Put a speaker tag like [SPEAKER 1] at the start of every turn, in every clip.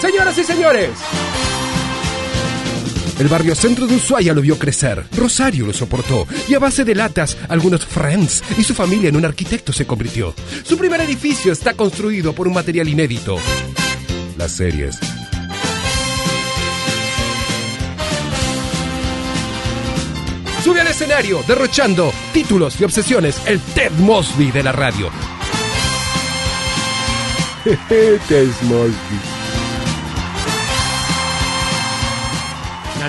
[SPEAKER 1] Señoras y señores.
[SPEAKER 2] El barrio centro de Ushuaia lo vio crecer, Rosario lo soportó, y a base de latas, algunos friends y su familia en un arquitecto se convirtió. Su primer edificio está construido por un material inédito. Las series. Sube al escenario, derrochando títulos y obsesiones, el Ted Mosby de la radio. Ted Mosby.
[SPEAKER 1] Na,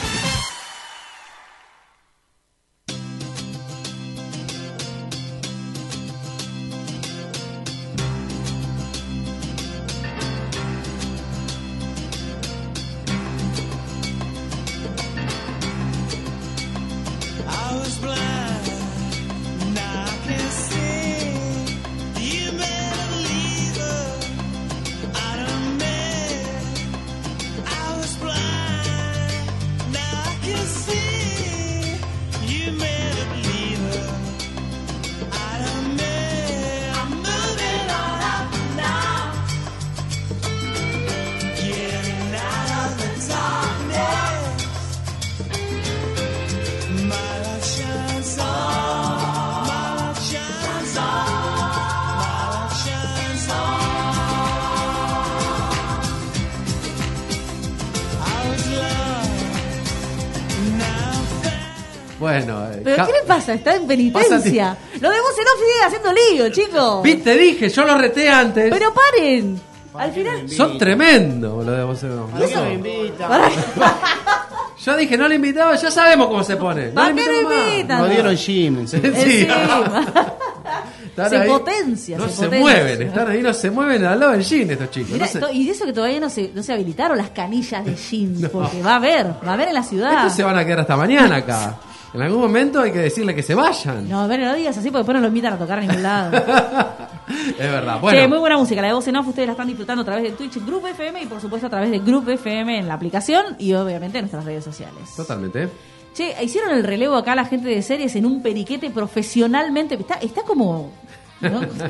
[SPEAKER 3] I was blind, now I can see. You made a lever out of me. I was blind, now I can see. You made a lever out of me. I'm moving on up now, getting out of the darkness. My light shines on. My light shines on. My light shines on. I was loved, now I'm found.
[SPEAKER 4] Bueno, eh,
[SPEAKER 5] ¿Pero
[SPEAKER 4] ca-
[SPEAKER 5] qué le pasa? Está en penitencia. Lo vemos en off y haciendo lío, chicos.
[SPEAKER 4] Vi, te dije, yo lo reté antes.
[SPEAKER 5] Pero paren. Al final.
[SPEAKER 4] Son tremendos, boludo. de vos, eh,
[SPEAKER 6] ¿Para qué
[SPEAKER 4] no.
[SPEAKER 6] me invitan?
[SPEAKER 5] Pará.
[SPEAKER 4] Yo dije, no le invitaba, ya sabemos cómo se pone. No
[SPEAKER 5] ¿Para
[SPEAKER 4] le
[SPEAKER 5] qué lo
[SPEAKER 4] invitamos más.
[SPEAKER 5] invitan?
[SPEAKER 6] Nos dieron gym, en serio.
[SPEAKER 4] Sí.
[SPEAKER 5] Encima.
[SPEAKER 4] Están
[SPEAKER 5] Se potencia,
[SPEAKER 4] No
[SPEAKER 5] se
[SPEAKER 4] se,
[SPEAKER 5] potencia.
[SPEAKER 4] mueven, están ahí, no se mueven al lado del jean estos chicos.
[SPEAKER 5] Mirá,
[SPEAKER 4] no se-
[SPEAKER 5] to- y eso que todavía no se, no se habilitaron las canillas de jeans, porque va a haber, va a haber en la ciudad.
[SPEAKER 4] Estos se van a quedar hasta mañana acá. En algún momento hay que decirle que se vayan.
[SPEAKER 5] No, pero no digas así porque después no lo invitan a tocar a ningún lado.
[SPEAKER 4] es verdad. Bueno,
[SPEAKER 5] Che, muy buena música, la de voz en off, ustedes la están disfrutando a través de Twitch, Group FM y por supuesto a través de Group FM en la aplicación y obviamente en nuestras redes sociales.
[SPEAKER 4] totalmente. ¿eh?
[SPEAKER 5] Che, hicieron el relevo acá la gente de series en un periquete profesionalmente. Está, está como. ¿no? Está-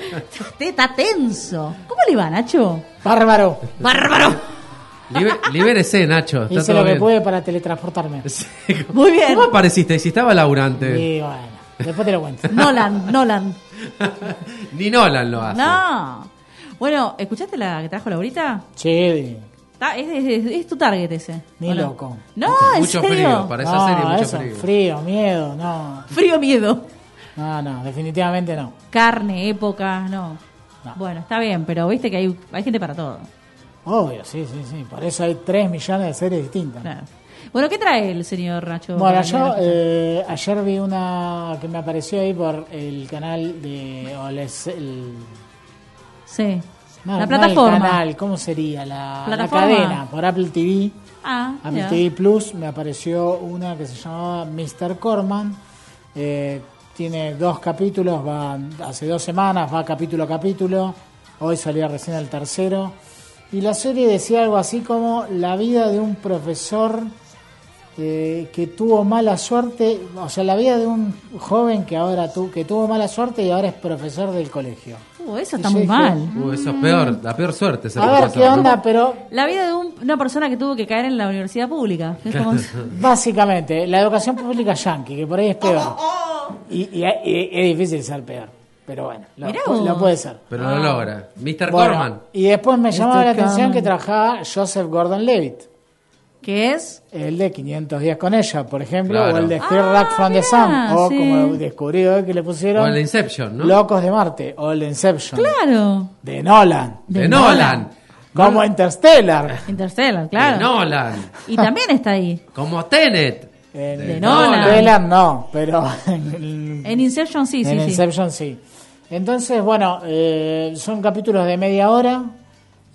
[SPEAKER 5] está tenso. ¿Cómo le va, Nacho?
[SPEAKER 6] Bárbaro.
[SPEAKER 5] ¡Bárbaro!
[SPEAKER 4] Libe- libérese, Nacho. Está
[SPEAKER 6] Hice
[SPEAKER 4] todo
[SPEAKER 6] lo que
[SPEAKER 4] bien.
[SPEAKER 6] pude para teletransportarme.
[SPEAKER 4] Sí, ¿cómo-
[SPEAKER 5] Muy bien.
[SPEAKER 4] ¿Cómo apareciste? Si estaba laburante.
[SPEAKER 6] Y bueno, después te lo cuento.
[SPEAKER 5] Nolan, Nolan.
[SPEAKER 4] Ni Nolan lo hace.
[SPEAKER 5] No. Bueno, ¿escuchaste la que trajo Laurita?
[SPEAKER 6] Che,
[SPEAKER 5] Está- es, es- es- es tu target ese.
[SPEAKER 6] Ni
[SPEAKER 5] ¿o no?
[SPEAKER 6] loco.
[SPEAKER 5] No,
[SPEAKER 6] Ah,
[SPEAKER 5] en
[SPEAKER 4] Mucho
[SPEAKER 5] serio.
[SPEAKER 4] frío, para esa
[SPEAKER 6] no,
[SPEAKER 4] serie, mucho
[SPEAKER 6] Ah, eso,
[SPEAKER 4] frío.
[SPEAKER 6] miedo, no.
[SPEAKER 5] Frío, miedo.
[SPEAKER 6] No, no, definitivamente no.
[SPEAKER 5] Carne, época, no.
[SPEAKER 6] No.
[SPEAKER 5] Bueno, está bien, pero viste que hay, hay gente para todo.
[SPEAKER 6] Obvio, sí, sí, sí. Por eso hay 3 millones de series distintas.
[SPEAKER 5] Claro. Bueno, ¿qué trae el señor Nacho?
[SPEAKER 6] Bueno,
[SPEAKER 5] para que
[SPEAKER 6] yo
[SPEAKER 5] nos-
[SPEAKER 6] eh, ayer vi una que me apareció ahí por el canal de. O les- el-
[SPEAKER 5] Sí.
[SPEAKER 6] no, no
[SPEAKER 5] la
[SPEAKER 6] el
[SPEAKER 5] plataforma.
[SPEAKER 6] canal, ¿cómo sería? La, la
[SPEAKER 5] Plataforma.
[SPEAKER 6] cadena, por Apple TV.
[SPEAKER 5] Ah,
[SPEAKER 6] Apple
[SPEAKER 5] mira.
[SPEAKER 6] TV Plus me apareció una que se llamaba Mr. Corman. Eh, tiene dos capítulos, va hace dos semanas, va capítulo a capítulo. Hoy salía recién el tercero. Y la serie decía algo así como la vida de un profesor eh, que tuvo mala suerte, o sea, la vida de un joven que ahora tu, que tuvo mala suerte y ahora es profesor del colegio.
[SPEAKER 5] Uh, eso
[SPEAKER 6] Y
[SPEAKER 5] está
[SPEAKER 6] yo
[SPEAKER 5] muy
[SPEAKER 6] dije,
[SPEAKER 5] mal.
[SPEAKER 4] Uh, eso es peor, la peor suerte. se
[SPEAKER 6] A
[SPEAKER 4] le
[SPEAKER 6] ver
[SPEAKER 4] pasa,
[SPEAKER 6] qué
[SPEAKER 4] ¿no?
[SPEAKER 6] onda, pero
[SPEAKER 5] La vida de un- una persona que tuvo que caer en la universidad pública. Es como-
[SPEAKER 6] Básicamente, la educación pública yankee, que por ahí es
[SPEAKER 5] Oh,
[SPEAKER 6] peor. Y, y- y- es difícil ser peor. Pero bueno, lo,
[SPEAKER 5] Mirá
[SPEAKER 6] pu-
[SPEAKER 5] vos.
[SPEAKER 6] lo puede ser.
[SPEAKER 4] Pero lo logra. Mr.
[SPEAKER 6] Ah. Bueno,
[SPEAKER 4] Corman.
[SPEAKER 6] y después me llamaba
[SPEAKER 5] Mr.
[SPEAKER 6] la atención
[SPEAKER 5] Corman.
[SPEAKER 6] que trabajaba Joseph Gordon Levitt.
[SPEAKER 5] ¿Qué es?
[SPEAKER 6] El de 500 días con ella, por ejemplo,
[SPEAKER 4] Claro.
[SPEAKER 6] o el de Three
[SPEAKER 5] Ah,
[SPEAKER 6] Rock from
[SPEAKER 5] mirá,
[SPEAKER 6] the Sun, o
[SPEAKER 5] sí.
[SPEAKER 6] como descubrí hoy que le pusieron
[SPEAKER 4] O el de Inception, ¿no?
[SPEAKER 6] Locos de Marte, o el de Inception,
[SPEAKER 5] Claro.
[SPEAKER 6] de Nolan,
[SPEAKER 4] De Nolan.
[SPEAKER 6] como Interstellar,
[SPEAKER 5] Interstellar, claro.
[SPEAKER 4] De Nolan.
[SPEAKER 5] Y también está ahí.
[SPEAKER 4] Como Tenet.
[SPEAKER 6] en
[SPEAKER 5] De Nolan.
[SPEAKER 6] no, pero en-
[SPEAKER 5] En Inception sí, sí,
[SPEAKER 6] en
[SPEAKER 5] sí.
[SPEAKER 6] Inception sí. Entonces, bueno, eh, son capítulos de media hora.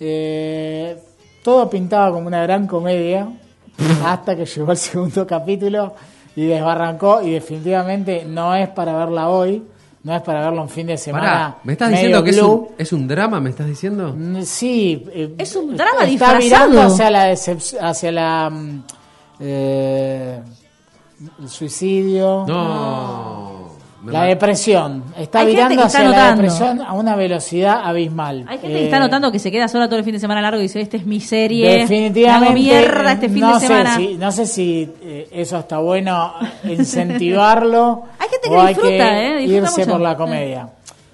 [SPEAKER 6] eh, todo pintaba como una gran comedia hasta que llegó el segundo capítulo y desbarrancó y definitivamente no es para verla hoy, no es para verla un fin de semana.
[SPEAKER 4] Pará, ¿me estás
[SPEAKER 6] medio
[SPEAKER 4] diciendo que es
[SPEAKER 6] blue.
[SPEAKER 4] un, es un drama? ¿Me estás diciendo?
[SPEAKER 6] Mm, Sí. eh,
[SPEAKER 5] Es un drama
[SPEAKER 6] está
[SPEAKER 5] disfrazado.
[SPEAKER 6] virando hacia la, decep- hacia la mm, eh, el suicidio.
[SPEAKER 4] No. me
[SPEAKER 6] La
[SPEAKER 4] ma-
[SPEAKER 6] depresión. Está
[SPEAKER 5] Hay gente
[SPEAKER 6] virando
[SPEAKER 5] que está
[SPEAKER 6] hacia la
[SPEAKER 5] notando.
[SPEAKER 6] depresión a una velocidad abismal.
[SPEAKER 5] Hay gente que
[SPEAKER 6] Eh,
[SPEAKER 5] está notando que se queda sola todo el fin de semana largo y dice, este es mi serie.
[SPEAKER 6] Definitivamente.
[SPEAKER 5] me hago mierda este fin
[SPEAKER 6] no
[SPEAKER 5] de
[SPEAKER 6] sé
[SPEAKER 5] semana.
[SPEAKER 6] si- no sé si eh, eso está bueno incentivarlo.
[SPEAKER 5] Hay gente que
[SPEAKER 6] o
[SPEAKER 5] disfruta, ¿eh? Disfruta
[SPEAKER 6] irse
[SPEAKER 5] mucho.
[SPEAKER 6] por la comedia.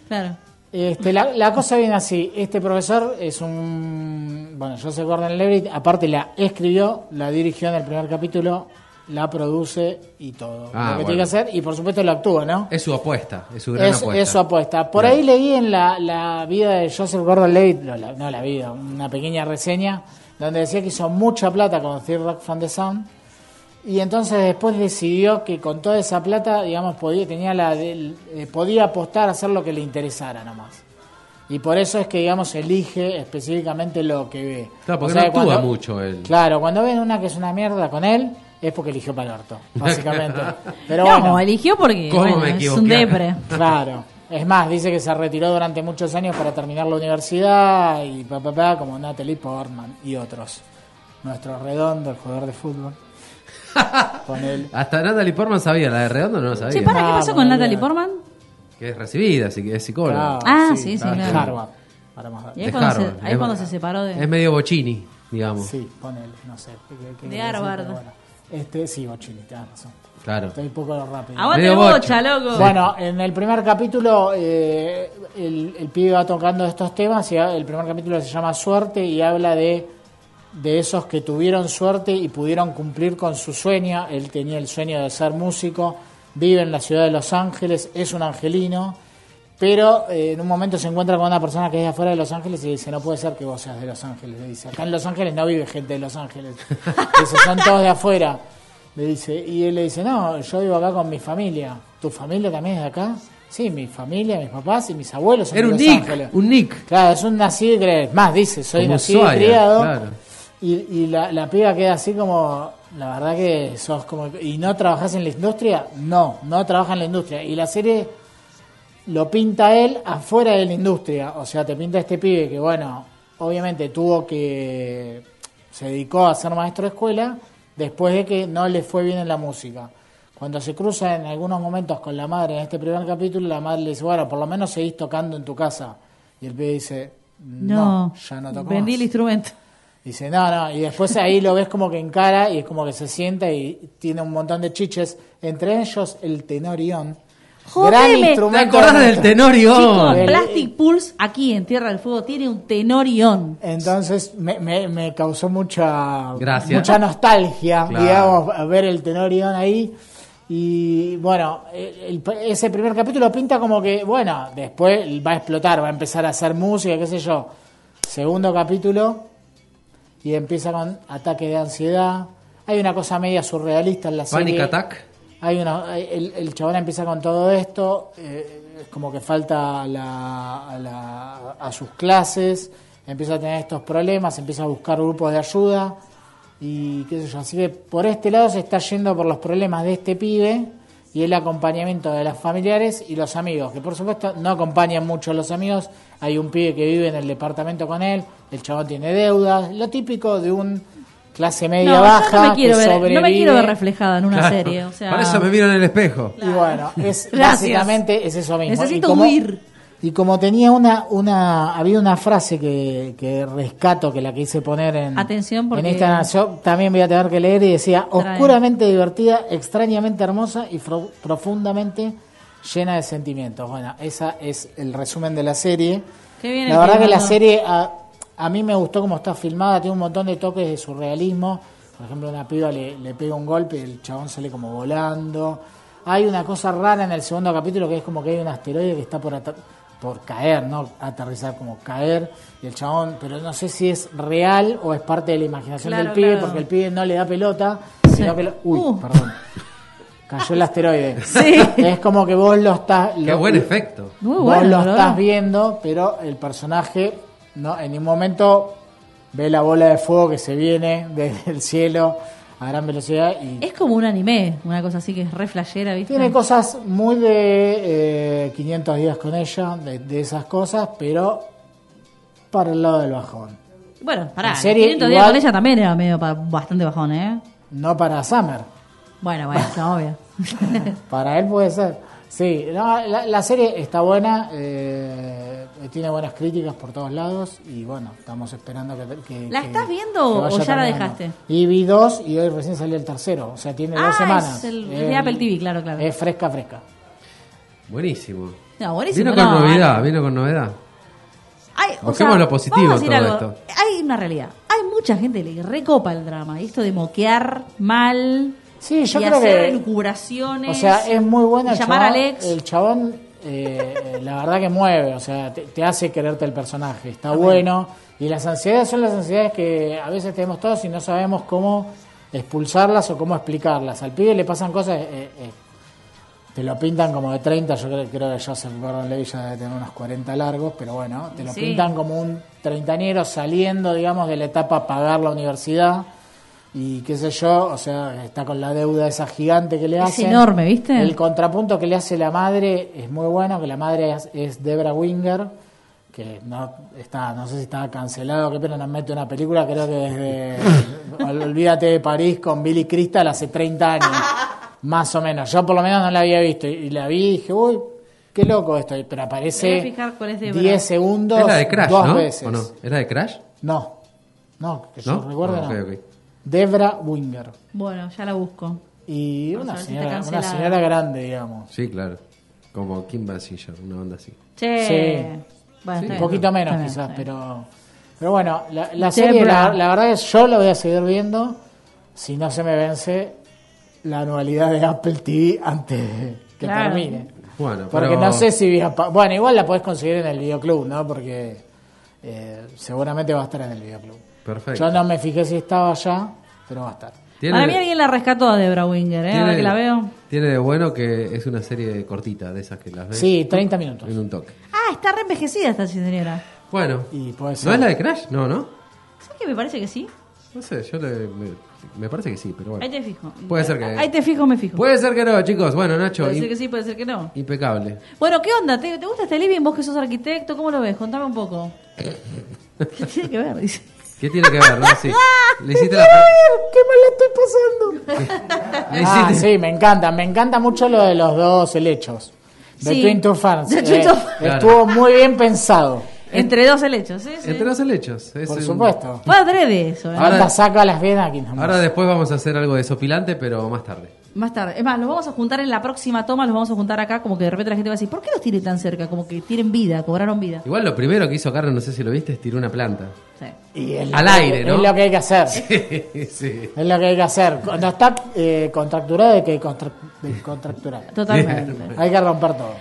[SPEAKER 5] Claro.
[SPEAKER 6] Este, la, la cosa viene así. Este profesor es un. Bueno, Joseph Gordon Levitt, aparte la escribió, la dirigió en el primer capítulo, la produce y todo.
[SPEAKER 4] Ah,
[SPEAKER 6] lo que
[SPEAKER 4] bueno.
[SPEAKER 6] tiene que hacer, y por supuesto lo actúa, ¿no?
[SPEAKER 4] Es su apuesta, es su gran
[SPEAKER 6] Es,
[SPEAKER 4] apuesta.
[SPEAKER 6] es su apuesta. Por ahí leí en la, la vida de Joseph Gordon Levitt, no la, no la vida, una pequeña reseña, donde decía que hizo mucha plata con Third Rock from the Sound. Y entonces después decidió que con toda esa plata, digamos, podía, tenía la del- eh, podía apostar a hacer lo que le interesara nomás. Y por eso es que, digamos, elige específicamente lo que ve.
[SPEAKER 4] Claro, porque no
[SPEAKER 6] que
[SPEAKER 4] actúa mucho él.
[SPEAKER 6] Claro, cuando ven una que es una mierda con él, es porque eligió para el orto, básicamente. Pero
[SPEAKER 5] no,
[SPEAKER 6] bueno.
[SPEAKER 5] eligió porque
[SPEAKER 4] ¿Cómo
[SPEAKER 5] bueno,
[SPEAKER 4] me
[SPEAKER 5] es
[SPEAKER 4] equivoqué?
[SPEAKER 5] un depre.
[SPEAKER 6] Claro. Es más, dice que se retiró durante muchos años para terminar la universidad y pa, pa, pa, como Natalie Portman y otros. Nuestro redondo, el jugador de fútbol. Con él.
[SPEAKER 4] Hasta Natalie Portman sabía, la de Redondo no lo sabía.
[SPEAKER 5] Che, para, ¿qué
[SPEAKER 6] Ah,
[SPEAKER 5] pasó con
[SPEAKER 6] bueno,
[SPEAKER 5] Natalie
[SPEAKER 6] bien.
[SPEAKER 5] Portman?
[SPEAKER 4] Que es recibida, así que es psicóloga.
[SPEAKER 6] Claro,
[SPEAKER 5] Ah, sí, sí, claro.
[SPEAKER 6] Harvard. Para más
[SPEAKER 5] Y
[SPEAKER 6] dar-
[SPEAKER 5] ahí
[SPEAKER 4] De
[SPEAKER 5] cuando,
[SPEAKER 4] Harvard.
[SPEAKER 5] se, ahí
[SPEAKER 4] Es-
[SPEAKER 5] cuando se separó de...
[SPEAKER 4] Es medio bochini, digamos.
[SPEAKER 6] Sí, con él, no sé. qué- qué- qué
[SPEAKER 5] De
[SPEAKER 6] quería decir,
[SPEAKER 5] Harvard.
[SPEAKER 6] pero bueno. Este, sí, Bochini, tenés razón.
[SPEAKER 4] Claro.
[SPEAKER 6] Estoy un poco rápido.
[SPEAKER 5] Aguante
[SPEAKER 4] Medio
[SPEAKER 5] bocha,
[SPEAKER 4] bocha.
[SPEAKER 5] loco.
[SPEAKER 6] Bueno, en el primer capítulo eh, el, el pibe va tocando estos temas y ha- el primer capítulo se llama Suerte y habla de, de esos que tuvieron suerte y pudieron cumplir con su sueño. Él tenía el sueño de ser músico, vive en la ciudad de Los Ángeles, es un angelino, pero eh, en un momento se encuentra con una persona que es de afuera de Los Ángeles y dice, no puede ser que vos seas de Los Ángeles. Le dice, acá en Los Ángeles no vive gente de Los Ángeles. Dice, son todos de afuera. Le dice, y él le dice, no, yo vivo acá con mi familia. ¿Tu familia también es de acá? Sí, mi familia, mis papás y mis abuelos son
[SPEAKER 4] Era
[SPEAKER 6] de
[SPEAKER 4] un
[SPEAKER 6] Los
[SPEAKER 4] Nick,
[SPEAKER 6] Ángeles.
[SPEAKER 4] un Nick.
[SPEAKER 6] Claro, es un nacido y criado. Es Más, dice, soy
[SPEAKER 4] Como
[SPEAKER 6] nacido y
[SPEAKER 4] Ushuaia,
[SPEAKER 6] criado.
[SPEAKER 4] claro.
[SPEAKER 6] Y, y la, la piba queda así como, la verdad que sos como... ¿Y no trabajás en la industria? No, no trabaja en la industria. Y la serie lo pinta él afuera de la industria. O sea, te pinta este pibe que, bueno, obviamente tuvo que... Se dedicó a ser maestro de escuela después de que no le fue bien en la música. Cuando se cruza en algunos momentos con la madre en este primer capítulo, la madre le dice, bueno, por lo menos seguís tocando en tu casa. Y el pibe dice, no,
[SPEAKER 5] no,
[SPEAKER 6] ya no toco
[SPEAKER 5] vendí
[SPEAKER 6] más".
[SPEAKER 5] el instrumento.
[SPEAKER 6] Dice, no, no, y después ahí lo ves como que encara y es como que se sienta y tiene un montón de chiches, entre ellos el tenorión.
[SPEAKER 5] Jodeme.
[SPEAKER 4] ¿Te acordás del
[SPEAKER 6] nuestro-
[SPEAKER 5] Chicos,
[SPEAKER 6] El-
[SPEAKER 4] Tenorión?
[SPEAKER 5] Plastic Pulse aquí en Tierra del Fuego tiene un tenorión.
[SPEAKER 6] Entonces me, me- me causó mucha,
[SPEAKER 4] Gracias.
[SPEAKER 6] mucha nostalgia,
[SPEAKER 4] Claro.
[SPEAKER 6] digamos, ver el tenorión ahí. Y bueno, el- el- ese primer capítulo pinta como que, bueno, después va a explotar, va a empezar a hacer música, qué sé yo. Segundo capítulo, y empieza con ataque de ansiedad. Hay una cosa media surrealista en la serie.
[SPEAKER 4] Panic Attack.
[SPEAKER 6] Hay una, el, el chabón empieza con todo esto, eh, es como que falta a, la- a la- a sus clases, empieza a tener estos problemas, empieza a buscar grupos de ayuda y qué sé yo. Así que por este lado se está yendo por los problemas de este pibe y el acompañamiento de las familiares y los amigos, que por supuesto no acompañan mucho a los amigos. Hay un pibe que vive en el departamento con él, el chabón tiene deudas, lo típico de un clase
[SPEAKER 5] No,
[SPEAKER 6] media
[SPEAKER 5] yo
[SPEAKER 6] baja
[SPEAKER 5] no me, quiero
[SPEAKER 6] que
[SPEAKER 5] ver, no me quiero
[SPEAKER 6] sobrevive.
[SPEAKER 5] ver reflejada en una
[SPEAKER 4] Claro.
[SPEAKER 5] serie. O sea,
[SPEAKER 4] Para eso me miro en el espejo.
[SPEAKER 6] Y bueno, es,
[SPEAKER 5] Gracias.
[SPEAKER 6] básicamente es eso mismo.
[SPEAKER 5] Necesito
[SPEAKER 6] y como,
[SPEAKER 5] huir.
[SPEAKER 6] Y como tenía una, una, había una frase que, que rescato, que la quise poner en,
[SPEAKER 5] Atención, porque-
[SPEAKER 6] en Instagram, yo también voy a tener que leer y decía,
[SPEAKER 5] Trae.
[SPEAKER 6] oscuramente divertida, extrañamente hermosa y fro- profundamente llena de sentimientos. Bueno, esa es el resumen de la serie.
[SPEAKER 5] Qué bien
[SPEAKER 6] la verdad que la
[SPEAKER 5] filmado.
[SPEAKER 6] serie a, a mí me gustó como está filmada, tiene un montón de toques de surrealismo. Por ejemplo, una piba le, le pega un golpe y el chabón sale como volando. Hay una cosa rara en el segundo capítulo que es como que hay un asteroide que está por ata- por caer, no aterrizar, como caer. Y el chabón, pero no sé si es real o es parte de la imaginación
[SPEAKER 5] Claro,
[SPEAKER 6] del pibe,
[SPEAKER 5] claro.
[SPEAKER 6] porque el pibe no le da pelota, sino que lo- Uy,
[SPEAKER 5] Uh.
[SPEAKER 6] perdón. Cayó el asteroide.
[SPEAKER 5] Sí.
[SPEAKER 6] Es como que vos lo estás...
[SPEAKER 4] Qué
[SPEAKER 6] lo-
[SPEAKER 4] buen efecto.
[SPEAKER 5] Muy
[SPEAKER 6] Vos
[SPEAKER 5] Uh, bueno,
[SPEAKER 6] lo
[SPEAKER 5] la
[SPEAKER 6] estás
[SPEAKER 5] verdad.
[SPEAKER 6] viendo, pero el personaje no, en un momento ve la bola de fuego que se viene desde el cielo a gran velocidad y
[SPEAKER 5] Es como un anime, una cosa así que es re flashera, ¿viste?
[SPEAKER 6] tiene cosas muy de eh, 500 días con ella, de, de esas cosas, pero para el lado del bajón.
[SPEAKER 5] Bueno, pará,
[SPEAKER 6] En serie,
[SPEAKER 5] 500 días con
[SPEAKER 6] igual-
[SPEAKER 5] ella también era medio pa- bastante bajón, ¿eh?
[SPEAKER 6] No para Summer,
[SPEAKER 5] Bueno, bueno, está obvio.
[SPEAKER 6] para él puede ser. Sí, no, la, la serie está buena, eh, tiene buenas críticas por todos lados y bueno, estamos esperando que... que-
[SPEAKER 5] ¿La
[SPEAKER 6] que-
[SPEAKER 5] estás viendo
[SPEAKER 6] que vaya
[SPEAKER 5] o ya la
[SPEAKER 6] cambiando.
[SPEAKER 5] dejaste?
[SPEAKER 6] Y vi dos y hoy recién salió el tercero, o sea, tiene
[SPEAKER 5] Ah,
[SPEAKER 6] dos
[SPEAKER 5] es
[SPEAKER 6] semanas. Eh,
[SPEAKER 5] el- es de Apple TV, claro, claro.
[SPEAKER 6] Es fresca, fresca.
[SPEAKER 4] Buenísimo.
[SPEAKER 5] No, buenísimo,
[SPEAKER 4] Vino con
[SPEAKER 5] no,
[SPEAKER 4] novedad, vino con novedad.
[SPEAKER 5] Hay, o
[SPEAKER 4] Busquemos
[SPEAKER 5] sea,
[SPEAKER 4] lo positivo
[SPEAKER 5] vamos a decir
[SPEAKER 4] en todo
[SPEAKER 5] algo. Hay una realidad. Hay mucha gente que le recopa el drama. Esto de moquear mal
[SPEAKER 6] Sí, yo
[SPEAKER 5] y
[SPEAKER 6] creo
[SPEAKER 5] hacer
[SPEAKER 6] que-
[SPEAKER 5] elucubraciones.
[SPEAKER 6] O sea, es muy buena
[SPEAKER 5] y
[SPEAKER 6] el
[SPEAKER 5] llamar
[SPEAKER 6] chabón.
[SPEAKER 5] al ex.
[SPEAKER 6] El chabón, eh, la verdad que mueve, o sea, te, te hace quererte el personaje, está bueno. Y las ansiedades son las ansiedades que a veces tenemos todos y no sabemos cómo expulsarlas o cómo explicarlas. Al pibe le pasan cosas, eh, eh, te lo pintan como de 30, yo creo, creo que Joseph Gordon-Levitt ya debe tener unos 40 largos, pero bueno, te lo
[SPEAKER 5] Sí.
[SPEAKER 6] pintan como un treintañero saliendo, digamos, de la etapa a pagar la universidad. Y qué sé yo, o sea, está con la deuda esa gigante que le
[SPEAKER 5] Es
[SPEAKER 6] hacen.
[SPEAKER 5] enorme, ¿viste?
[SPEAKER 6] El contrapunto que le hace la madre es muy bueno, que la madre es, es Debra Winger, que no está, no sé si está cancelado, que pero nos mete una película, creo que desde Ol- Olvídate de París con Billy Crystal hace 30 años, más o menos. Yo por lo menos no la había visto y, y la vi y dije, uy, qué loco esto, y- pero
[SPEAKER 5] Me voy a
[SPEAKER 6] aparece
[SPEAKER 5] fijar cuál es Debra.
[SPEAKER 6] 10 segundos
[SPEAKER 4] es la de Crash,
[SPEAKER 6] dos
[SPEAKER 4] ¿no?
[SPEAKER 6] veces.
[SPEAKER 4] ¿O no? ¿Es la de Crash?
[SPEAKER 6] No, no, que yo
[SPEAKER 4] ¿No?
[SPEAKER 6] recuerdo
[SPEAKER 4] Ah,
[SPEAKER 6] no.
[SPEAKER 4] ok, ok.
[SPEAKER 6] Debra Winger.
[SPEAKER 5] Bueno, ya la busco.
[SPEAKER 6] Y
[SPEAKER 5] Vamos a
[SPEAKER 6] una
[SPEAKER 5] ver si
[SPEAKER 6] señora,
[SPEAKER 5] está
[SPEAKER 6] una
[SPEAKER 5] cancelada.
[SPEAKER 6] señora grande, digamos.
[SPEAKER 4] Sí, claro. Como Kim Basinger, una onda así.
[SPEAKER 5] Che.
[SPEAKER 6] Sí.
[SPEAKER 5] Bueno, está
[SPEAKER 6] Un
[SPEAKER 5] bien.
[SPEAKER 6] poquito menos
[SPEAKER 5] Está bien,
[SPEAKER 6] quizás,
[SPEAKER 5] está bien.
[SPEAKER 6] pero... Pero bueno, la, la
[SPEAKER 5] Debra.
[SPEAKER 6] serie, la, la verdad es yo la voy a seguir viendo si no se me vence la anualidad de Apple TV antes de que
[SPEAKER 5] Claro.
[SPEAKER 6] termine.
[SPEAKER 4] Bueno,
[SPEAKER 6] Porque
[SPEAKER 4] pero-
[SPEAKER 6] no sé si... voy a pa- Bueno, igual la podés conseguir en el videoclub, ¿no? Porque eh, seguramente va a estar en el videoclub.
[SPEAKER 4] Perfecto.
[SPEAKER 6] Yo no me fijé si estaba ya, pero va a estar.
[SPEAKER 4] Tiene-
[SPEAKER 5] Para mí alguien la rescató a Debra Winger, ¿eh? Ahora que la veo.
[SPEAKER 4] Tiene de bueno que es una serie cortita, de esas que las ves
[SPEAKER 6] Sí, 30 minutos.
[SPEAKER 4] en un toque.
[SPEAKER 5] Ah, está re envejecida esta señora.
[SPEAKER 4] Bueno,
[SPEAKER 6] Y puede ser.
[SPEAKER 4] ¿no es la de Crash? No, ¿no?
[SPEAKER 5] ¿Sabes qué me parece que sí?
[SPEAKER 4] No sé, yo le- me, me parece que sí, pero bueno.
[SPEAKER 5] Ahí te fijo.
[SPEAKER 4] Puede ser que-
[SPEAKER 5] Ahí te fijo, me fijo.
[SPEAKER 4] Puede ser que no, chicos. Bueno, Nacho,
[SPEAKER 5] Puede ser
[SPEAKER 4] im-
[SPEAKER 5] que sí, puede ser que no.
[SPEAKER 4] impecable.
[SPEAKER 5] Bueno, ¿qué onda? ¿Te, te gusta este living? Vos que sos arquitecto, ¿cómo lo ves? Contame un poco. ¿Qué tiene que ver? Dice. Ah,
[SPEAKER 4] ¿Qué tiene que ver, no? Sí. Le hiciste la...
[SPEAKER 6] ¡Qué mal estoy pasando!
[SPEAKER 4] le
[SPEAKER 6] Ah,
[SPEAKER 4] hiciste-
[SPEAKER 6] sí, me encanta. Me encanta mucho lo de los dos helechos.
[SPEAKER 5] Sí.
[SPEAKER 6] Between Two Fans.
[SPEAKER 5] Between
[SPEAKER 6] Eh,
[SPEAKER 5] Two Ferns.
[SPEAKER 6] Estuvo muy bien pensado.
[SPEAKER 5] Entre dos helechos, ¿sí? sí.
[SPEAKER 4] Entre los helechos. es
[SPEAKER 6] Por
[SPEAKER 4] un-
[SPEAKER 6] supuesto.
[SPEAKER 5] Fue adrede eso, ¿eh?
[SPEAKER 4] Ahora-
[SPEAKER 6] Ahora saca las venas aquí. nomás.
[SPEAKER 4] Ahora después vamos a hacer algo de sopilante, pero más tarde.
[SPEAKER 5] Más tarde. Es más, los vamos a juntar en la próxima toma, los vamos a juntar acá, como que de repente la gente va a decir, ¿por qué los tiene tan cerca? Como que tienen vida, cobraron vida.
[SPEAKER 4] Igual lo primero que hizo Carlos, no sé si lo viste, es tiró una planta.
[SPEAKER 5] Sí.
[SPEAKER 6] Y es lo
[SPEAKER 4] al
[SPEAKER 6] que-
[SPEAKER 4] aire, ¿no?
[SPEAKER 6] Es lo que hay que hacer.
[SPEAKER 4] sí.
[SPEAKER 6] Es lo que hay que hacer. Cuando está eh, contracturado, hay que contra- de- contracturar.
[SPEAKER 5] Totalmente.
[SPEAKER 6] Hay que romper todo.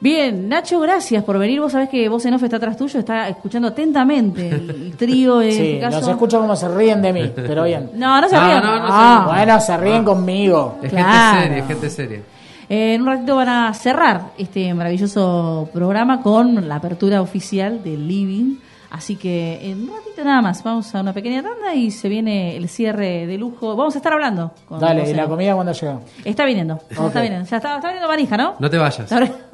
[SPEAKER 5] Bien, Nacho, gracias por venir. Vos sabés que Voz en Off está atrás tuyo, está escuchando atentamente el, el trío. En
[SPEAKER 6] Sí,
[SPEAKER 5] este caso.
[SPEAKER 6] los escucho como se ríen de mí, pero bien.
[SPEAKER 5] No, no se
[SPEAKER 4] No,
[SPEAKER 5] rían.
[SPEAKER 4] no, no se
[SPEAKER 6] Ah, bueno, se ríen conmigo.
[SPEAKER 4] Es
[SPEAKER 5] Claro.
[SPEAKER 4] gente seria, es gente seria.
[SPEAKER 5] Eh, en un ratito van a cerrar este maravilloso programa con la apertura oficial del Living. Así que en un ratito nada más, vamos a una pequeña tanda y se viene el cierre de lujo. Vamos a estar hablando. con
[SPEAKER 6] Dale, ¿y
[SPEAKER 5] José.
[SPEAKER 6] la comida cuando llega?
[SPEAKER 5] Está viniendo, está viniendo. Ya está, está viniendo manija, ¿no?
[SPEAKER 4] No te vayas.
[SPEAKER 5] Está-